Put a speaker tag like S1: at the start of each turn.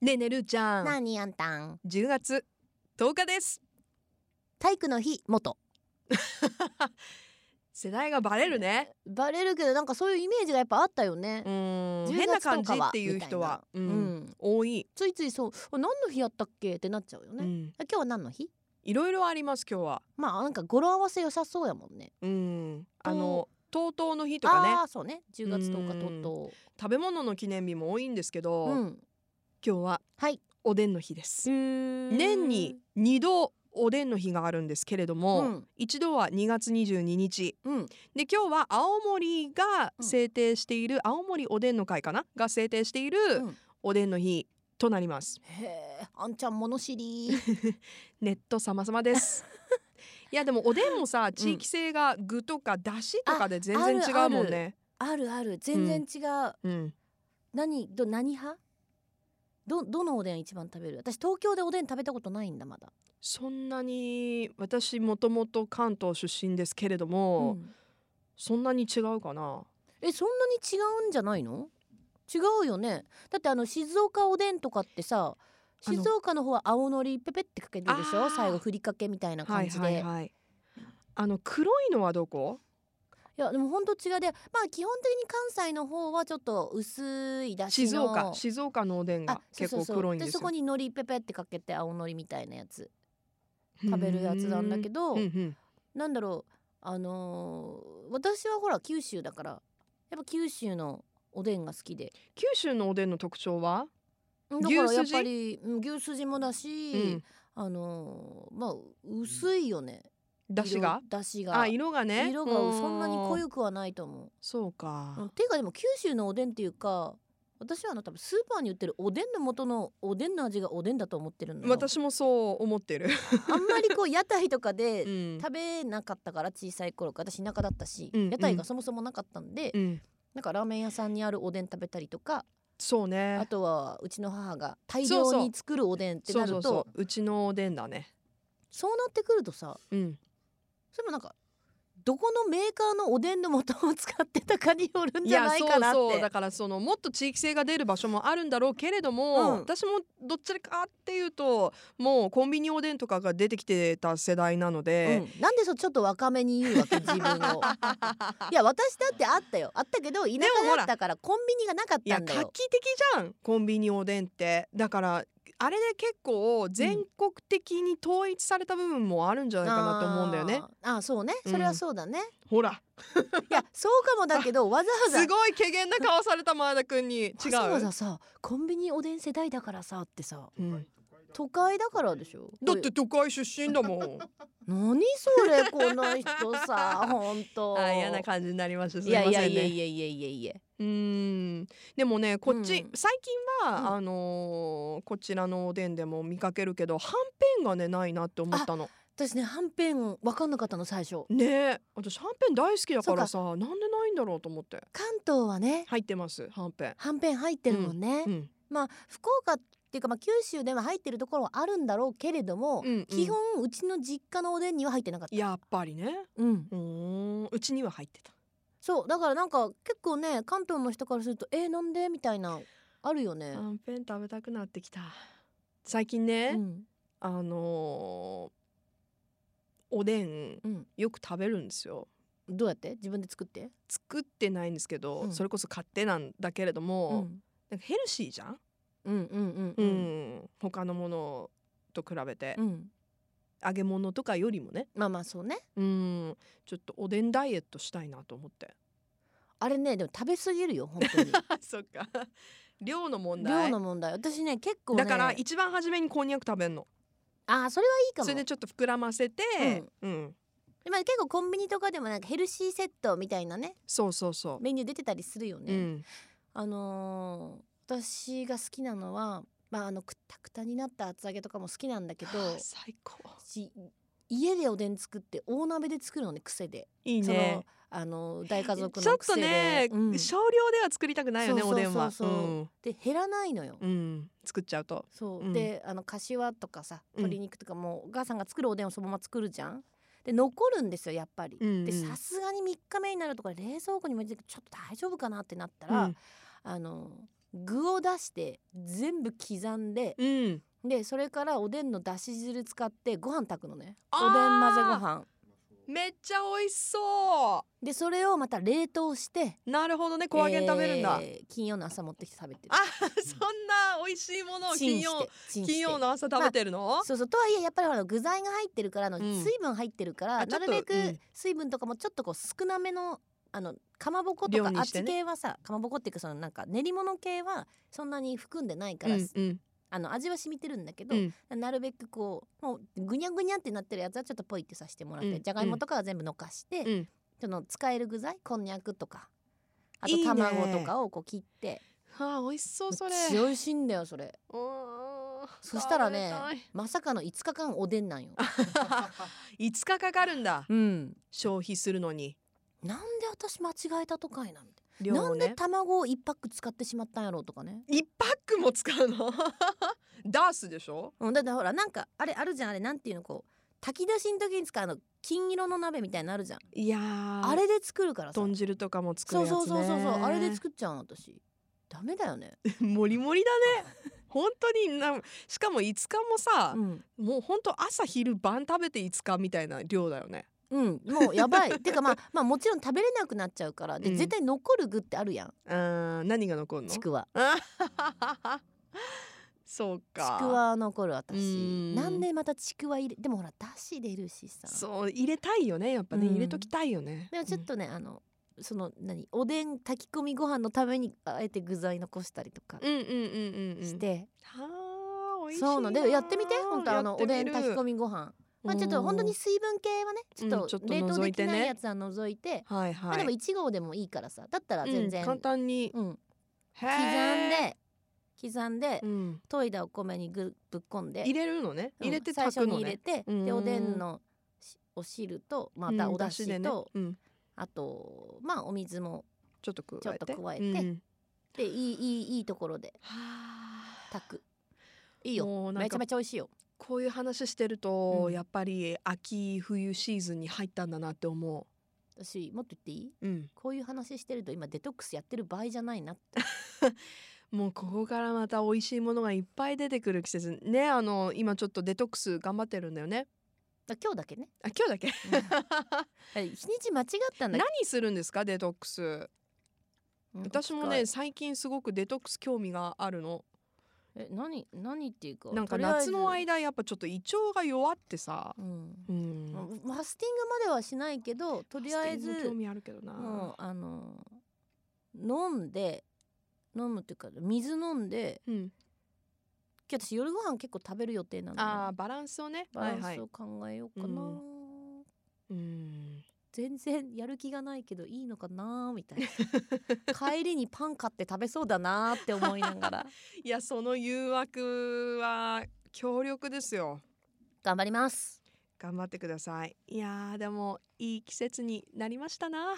S1: ねえねえるーちゃ
S2: なんにあんたん
S1: 10月10日です
S2: 体育の日元
S1: 世代がバレるね
S2: バレるけどなんかそういうイメージがやっぱあったよね
S1: う、ーん
S2: 10
S1: 変な感じ
S2: 月10
S1: っていう人はう
S2: うんん、
S1: 多い、
S2: ついついそうあ何の日やったっけってなっちゃうよ
S1: う
S2: ね、
S1: ん、
S2: 今日は何の日
S1: いろいろあります今日は
S2: まあなんか語呂合わせ良さそうやもんね
S1: うんあの TOTO の日とか
S2: あ
S1: ね
S2: あそうね10月10
S1: うん
S2: 日と
S1: 食べ物の記念日も多いんですけど、
S2: ううん
S1: 今日は
S2: はい
S1: おでんの日です年
S2: 年
S1: に2度おでんの日があるんですけれど
S2: う
S1: も、
S2: ん
S1: 一度は2月22日
S2: うん
S1: で今日は青森が制定している、青森おでんの会かなが制定している
S2: うん
S1: おでんの日となります
S2: へえあんちゃん物知り
S1: ネット様々ですいやでもおでんもさ地域性が具とかだしとかで全然違うもんね
S2: あるある全然違う、
S1: うん
S2: 何ど何派どどのおでん一番食べる私東京でおでん食べたことないんだまだ、
S1: そんなに私もともと関東出身ですけれども、
S2: うん
S1: そんなに違うかな
S2: えそんなに違うんじゃないの違うよねだってあの静岡おでんとかってさ
S1: あの
S2: 静岡の方は青のりペペってかけるでし
S1: あ
S2: ょ
S1: ー
S2: 最後ふりかけみたいな感じで、
S1: はい
S2: い
S1: はいはいあの黒いのはどこ
S2: やでもほんと違うでまあ基本的に関西の方はちょっと薄いだしの
S1: 静岡静岡のおでんが結構黒いんですよ
S2: そこにのりペペってかけて青のりみたいなやつ食べるやつなんだけど、
S1: うんうん
S2: なんだろうあのー私はほら九州だからやっぱ九州のおでんが好きで
S1: 九州のおでんの特徴は、
S2: だから
S1: 牛
S2: やっ
S1: すじ
S2: ぱりうん牛すじもだし、
S1: うん、
S2: あのーまあ薄いよね
S1: だしが
S2: 色だしが
S1: あ色がね
S2: 色がそんなに濃
S1: うん
S2: ゆくはないと思
S1: そう
S2: う、うん
S1: か
S2: ていうかでも九州のおでんっていうか私はあの多分スーパーに売ってるおでんの元のおでんの味がおでんだと思ってるのよ
S1: 私もそう思ってる、
S2: あんまりこう屋台とかで
S1: うん
S2: 食べなかったから小さい頃から私田舎だったし、
S1: うん
S2: 屋台がそもそもなかったんで、
S1: うん、
S2: なんかラーメン屋さんにあるおでん食べたりとか
S1: そう
S2: あ
S1: ね
S2: とはうちの母が大
S1: そう
S2: 量
S1: そう
S2: に作るおでんってな
S1: そう
S2: るとそ
S1: そううそううちのおでんだね
S2: なってくるとさ
S1: うん
S2: それもなんかどこのメーカーのおでんの素を使ってたかによるん
S1: い
S2: じゃ
S1: や
S2: ない
S1: そう
S2: かなって
S1: そうだからそのもっと地域性が出る場所もあるんだろうけれども、
S2: うん
S1: 私もどっちかっていうともうコンビニおでんとかが出てきてた世代なので、
S2: うんなんでそうちょっと若めに言うわけ自分 をいや私だってあったよあったけど田舎
S1: でもほら
S2: だったからコンビニがなかっ
S1: いや
S2: たんだ
S1: 画
S2: よ
S1: 期的じゃんコンビニおでんってだからあれで結構全国的に統一された部分もあるんじゃないかなと思うんだよね、
S2: あーあーそうね
S1: うん
S2: それはそうだね、
S1: ほら
S2: いやそうかもだけ どわざわざ
S1: すごい怪げな顔された前田くんに違う
S2: わざわざさコンビニおでん世代だからさってさ
S1: うん
S2: 都会だからでしょ
S1: だって都会出身だも ん
S2: 何それこの人さ本当
S1: あ嫌な感じになりましたす
S2: い
S1: いま
S2: や
S1: せんね
S2: いやいやいやいやいやいや
S1: うーんでもねこっち、
S2: うん
S1: 最近は、
S2: うん
S1: あのーこちらのおでんでも見かけるけどはんぺんがねないなって思ったの
S2: 私ねはんぺん分かんなかったの最初
S1: ねえ私はんぺん大好きだからさなんでないんだろうと思って
S2: 関東はね
S1: 入ってますはんぺん、
S2: はんぺん入ってるもんね、
S1: うん
S2: まあ福岡っていうかまあ九州では入ってるところはあるんだろうけれども、
S1: うんうん
S2: 基本うちの実家のおでんには入ってなかった
S1: やっぱりね
S2: うん
S1: うーんうちには入ってた
S2: そうだからなんか結構ね関東の人からするとえー、なんでみたいなあるよね、
S1: はんぺん食べたくなってきた最近ね、
S2: うん
S1: あのーおでん
S2: うん、
S1: よく食べるんですよ
S2: どうやって自分で作って、
S1: 作ってないんですけど、
S2: うん
S1: それこそ買ってなんだけれど
S2: う
S1: も、
S2: ん、
S1: なんかヘルシーじゃん
S2: うんうんう
S1: うんん、他のものと比べて、
S2: うん
S1: 揚げ物とかよりもね、
S2: まあまあそうね
S1: うん、ちょっとおでんダイエットしたいなと思 って。
S2: あれねでも食べ過ぎるよ本 当に
S1: そっか。量の問題。
S2: 量の問題私ね結構ね
S1: だから一番初めにこんにゃく食べんの。
S2: あーそれはいいか
S1: そ
S2: も
S1: れでちょっと膨らませて、うん、
S2: まあ結構コンビニとかでもなんかヘルシーセットみたいなね
S1: そうそうそ
S2: メニュー出てたりするよ
S1: う。
S2: ね、
S1: うん、
S2: あのー私が好きなのはまああのくったくたになった厚揚げとかも好きなんだけど
S1: はあ最高。
S2: し家でおでん作って大鍋で作るのね癖で
S1: いい
S2: そ
S1: ね
S2: の。あのー大家族
S1: ちょ
S2: の
S1: っと
S2: 癖で
S1: ね、
S2: うん
S1: 少量では作りたくないよね、
S2: そう
S1: お
S2: そう
S1: で
S2: そうん
S1: は。
S2: そうで減らないのよ、
S1: うん、うん、作っちゃうと。
S2: そう、
S1: うん
S2: であの柏とかさ
S1: うん
S2: 鶏肉とかも、うお母さんが作るおでんをそのまま作るじゃんで残るんですよやっぱり、
S1: うんうん
S2: でさすがに3日目になるとこれ冷蔵庫にも入れてちょっと大丈夫かなってなったら、
S1: うん
S2: あの具を出して全部刻んで
S1: うん
S2: でそれからおでんのだし汁使ってご飯炊くのね
S1: あ
S2: お
S1: ー
S2: でん混ぜご飯
S1: めっちゃ美味しそ
S2: でそれをまた冷凍して
S1: うなるほどねコアゲン食べるんだ、
S2: えー金曜の朝持ってきて食べてる
S1: あ そんな美味しいものを
S2: チ
S1: 金
S2: ンし
S1: 曜
S2: てチンして
S1: 金曜の朝食べてるの、
S2: そうそうとはいえやっぱりほら具材が入ってるからあの
S1: うん
S2: 水分入ってるから、
S1: あちょ
S2: な
S1: っと
S2: るべく
S1: うん
S2: 水分とかもちょっとこう少なめのあのかまぼこと
S1: 量
S2: か、
S1: に
S2: あっ
S1: して
S2: ち
S1: ね
S2: 系はさかまぼこっていうかそのなんか練り物系はそんなに含んでないか
S1: うん
S2: ら、
S1: うん
S2: あの味は染みてるんだけど
S1: う、ん
S2: なるべくこうもうぐにゃぐにゃってなってるやつはちょっとポイってさせてもらって、
S1: うん
S2: じゃがいもとかは全部のかして、
S1: うん
S2: その使える具材こんにゃくとかあ
S1: い
S2: と
S1: いね
S2: 卵とかをこう切って
S1: あー美味しそうそれ
S2: めっちゃ美味しいんだよそれ
S1: うーん
S2: そしたらね
S1: 食べたい
S2: まさかの5日間おでんなんよ
S1: 5日かかるんだ
S2: うん
S1: 消費するのに
S2: なんで私間違えたとかいなみたい
S1: 量
S2: な,、
S1: を
S2: んで
S1: ね
S2: 卵を1パック使ってしまったんやろうとかね
S1: 一パックも使う のダースでしょ
S2: うんだってほらなんかあれあるじゃんあれなんていうのこう炊き出しの時に使うあの金色の鍋みたいになるじゃん
S1: いや
S2: あれで作るからさ
S1: 豚汁とかも作る
S2: そ
S1: や
S2: う
S1: つね
S2: そうそうそうそうあれで作っちゃうの私ダメだよね、
S1: もりもりだね本当になしかも5日もさ
S2: う、ん、
S1: もう本当朝昼晩食べて5日みたいな量だよね
S2: うん、もうやば いてかまあまあもちろん食べれなくなっちゃうからで、
S1: うん
S2: 絶対残る具ってあるやん
S1: うーん何が残るの
S2: ちくわ
S1: そう
S2: ちく
S1: か
S2: わは残る
S1: う
S2: 私
S1: ん
S2: なんでまたちくわ入れでもほらだし出るしさ
S1: そう入れたいよねやっぱね、
S2: うん
S1: 入れときたいよね
S2: でもちょっとね、あのその何おでん炊き込みご飯のためにあえて具材残したりとか
S1: うんうんうんうんうん
S2: して、
S1: はあ美味しい
S2: そうなんでやってみて本当あのおでん炊き込
S1: み
S2: みご飯まあちょっと本当に水分系はね
S1: う
S2: ち
S1: んち
S2: ょ
S1: ょ
S2: っ
S1: っ
S2: と
S1: と
S2: 冷凍
S1: 除
S2: で
S1: い
S2: き
S1: てね
S2: ないやつは除いて
S1: はいはい
S2: まあでも1号でもいいからさだったら全然、
S1: うん、簡単に
S2: うん、
S1: 刻
S2: 刻ん、で刻んで、
S1: うん、
S2: 研いだお米にぐぶっこんで
S1: 入れるのね
S2: うん
S1: 入れて
S2: 最
S1: 炊
S2: 初
S1: く
S2: に
S1: の
S2: 入れ
S1: ね、
S2: て
S1: うん
S2: でおでんのしお汁とまたおだしと、
S1: うん出汁でねうん、
S2: あとまあお水も
S1: ちょっと加えて
S2: ちょっと加えて
S1: うん
S2: でいいいいいいところで
S1: はあ
S2: 炊くいいよ
S1: もうなんか
S2: めちゃめちゃ美味しいよ
S1: こういう話してると、
S2: うん
S1: やっぱり秋冬シーズンに入ったんだなって思、
S2: 私もっと言っていいう
S1: うん、
S2: こういう話してると今デトックスやってる場合じゃないなって
S1: もうここからまた美味しいものがいっぱい出てくる季節ねあの今ちょっとデトックス頑張ってるんだよね
S2: だ今日だけね
S1: あ今日だけ
S2: はい日にち間違ったんだ
S1: 何するんですかデトックス
S2: うん
S1: 私もね最近すごくデトックス興味があるの
S2: え何何っていうか
S1: なんか
S2: とりあえ
S1: 夏
S2: ず
S1: の間やっぱちょっと胃腸が弱ってさ
S2: うん
S1: うん
S2: まあファスティングまではしないけどとりあえ
S1: パスティングも興
S2: ず
S1: 味あるけど
S2: もう
S1: な
S2: あの飲んで飲むっていうか水飲んで
S1: うん
S2: 今日私夜ご飯結構食べる予定なの、
S1: あーバランスをね
S2: バ
S1: は
S2: ラン
S1: い
S2: ス
S1: はい
S2: を考えようかな、
S1: ううん
S2: 全然やる気がないけどいいのかなみたいな帰りにパン買って食べそうだなって思いながら
S1: いやその誘惑は強力ですよ
S2: 頑張ります
S1: 頑張ってくださいいやーでもいい季節になりましたな